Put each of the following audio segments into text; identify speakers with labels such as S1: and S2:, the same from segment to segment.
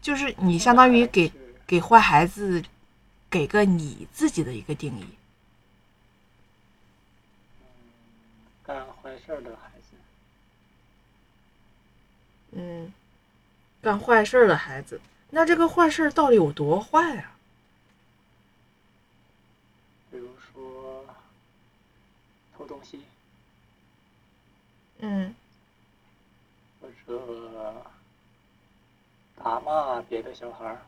S1: 就是你相当于给给坏孩子给个你自己的一个定义。
S2: 干坏事儿的孩子，
S1: 嗯，干坏事儿的孩子，那这个坏事儿到底有多坏啊？
S2: 比如说偷东西
S1: 嗯
S2: 或者打骂别的小孩儿，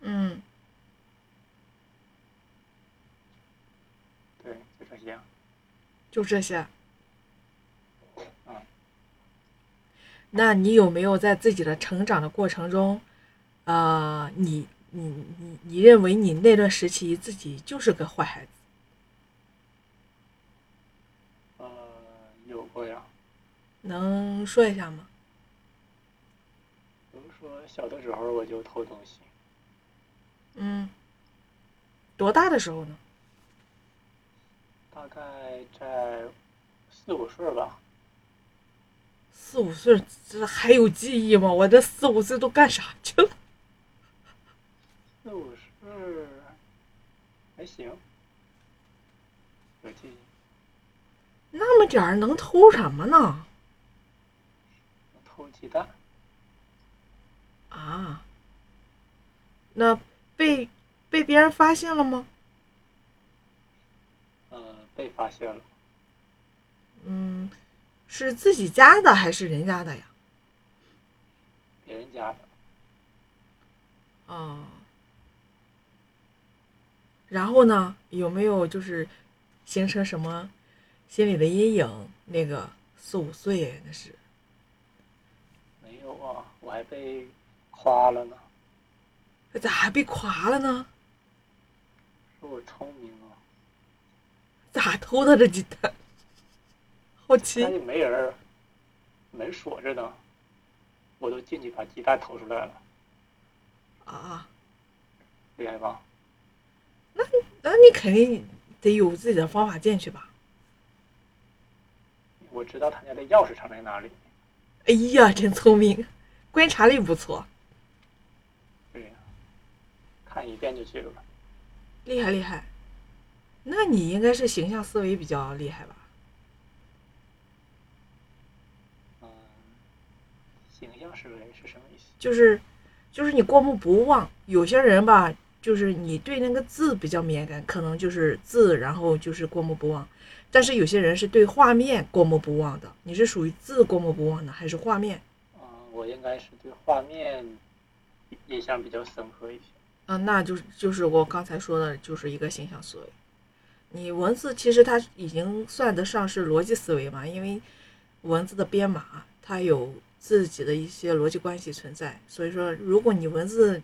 S1: 嗯
S2: 对，就这些。
S1: 就这些。
S2: 嗯
S1: 那你有没有在自己的成长的过程中，呃，你你你你认为你那段时期自己就是个坏孩子？
S2: 呃，有过呀，
S1: 能说一下吗？
S2: 比如说小的时候我就偷东西，
S1: 嗯，多大的时候呢？
S2: 大概在四五岁吧，
S1: 四五岁，这还有记忆吗？我这四五岁都干啥去了？
S2: 四五岁还行，有记忆。
S1: 那么点儿能偷什么呢？
S2: 偷鸡蛋，
S1: 啊，那被被别人发现了吗？
S2: 呃，被发现了，
S1: 嗯，是自己家的还是人家的呀？
S2: 别人家的，
S1: 啊，然后呢，有没有就是形成什么心理的阴影？那个四五岁那是
S2: 没有啊，我还被夸了呢，
S1: 咋还被夸了呢？
S2: 说我聪明啊，
S1: 咋偷他这鸡蛋？ 好奇
S2: 家里没人儿，门锁着呢，我都进去把鸡蛋偷出来了，
S1: 啊！
S2: 厉害吧？
S1: 那你肯定得有自己的方法进去吧？
S2: 我知道他家的钥匙藏在哪里，
S1: 哎呀，真聪明，观察力不错，
S2: 对呀、看一遍就记住了，
S1: 厉害厉害。那你应该是形象思维比较厉害吧？
S2: 嗯，形象思维是什么意思？
S1: 就是就是你过目不忘。有些人吧，就是你对那个字比较敏感，可能就是字，然后就是过目不忘。但是有些人是对画面过目不忘的。你是属于字过目不忘呢，还是画面？
S2: 嗯，我应该是对画面印象比较深刻一些，
S1: 啊，那就是就是我刚才说的，就是一个形象思维。你文字其实它已经算得上是逻辑思维嘛，因为文字的编码它有自己的一些逻辑关系存在，所以说如果你文字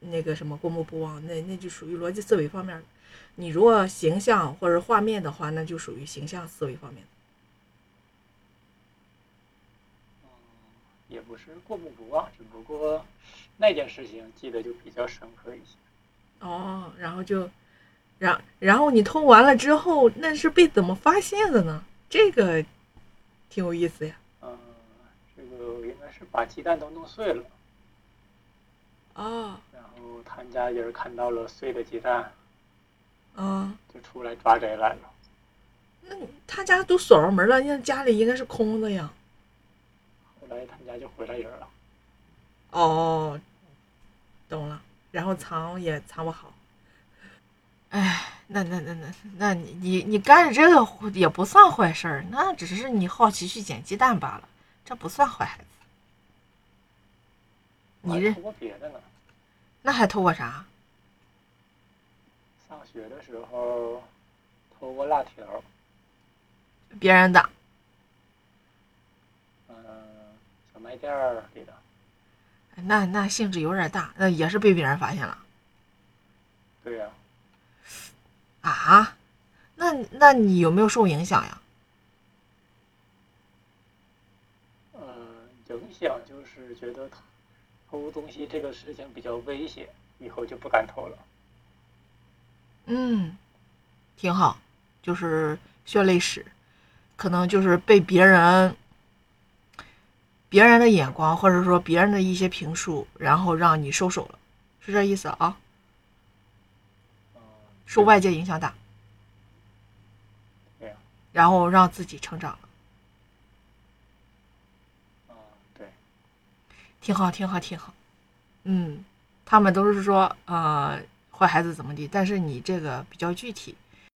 S1: 那个什么过目不忘，那那就属于逻辑思维方面的。你如果形象或者画面的话，那就属于形象思维方面的。
S2: 嗯也不是过目不忘，只不过那件事情记得就比较深刻一些。
S1: 哦，然后就，然然后你偷完了之后，那是被怎么发现的呢？这个挺有意思呀。
S2: 嗯，这个应该是把鸡蛋都弄碎了，
S1: 哦，
S2: 然后他们家人看到了碎的鸡蛋，
S1: 啊，
S2: 就出来抓贼来了。
S1: 那你他家都锁上门了，那家里应该是空的呀。
S2: 后来他们家就回来人了，
S1: 哦，懂了，然后藏也藏不好。哎，那那那那那你你你干这个也不算坏事儿，那只是你好奇去捡鸡蛋罢了，这不算坏孩子。
S2: 我
S1: 你
S2: 还
S1: 认
S2: 偷过别的呢。
S1: 那还偷过啥？
S2: 上学的时候偷过辣条，
S1: 别人的
S2: 嗯，小卖店儿里的，
S1: 那那性质有点大，那也是被别人发现了
S2: 对呀、
S1: 啊？那那你有没有受影响呀？
S2: 嗯，影响就是觉得偷偷东西这个事情比较危险，以后就不敢偷了。
S1: 嗯，挺好，就是血泪史，可能就是被别人，别人的眼光，或者说别人的一些评述，然后让你收手了，是这意思啊？
S2: 嗯，
S1: 受啊外界影响大，
S2: 对呀，
S1: 然后让自己成长了，
S2: 嗯，对，
S1: 挺好，挺好，挺好。嗯，他们都是说呃坏孩子怎么地，但是你这个比较具体，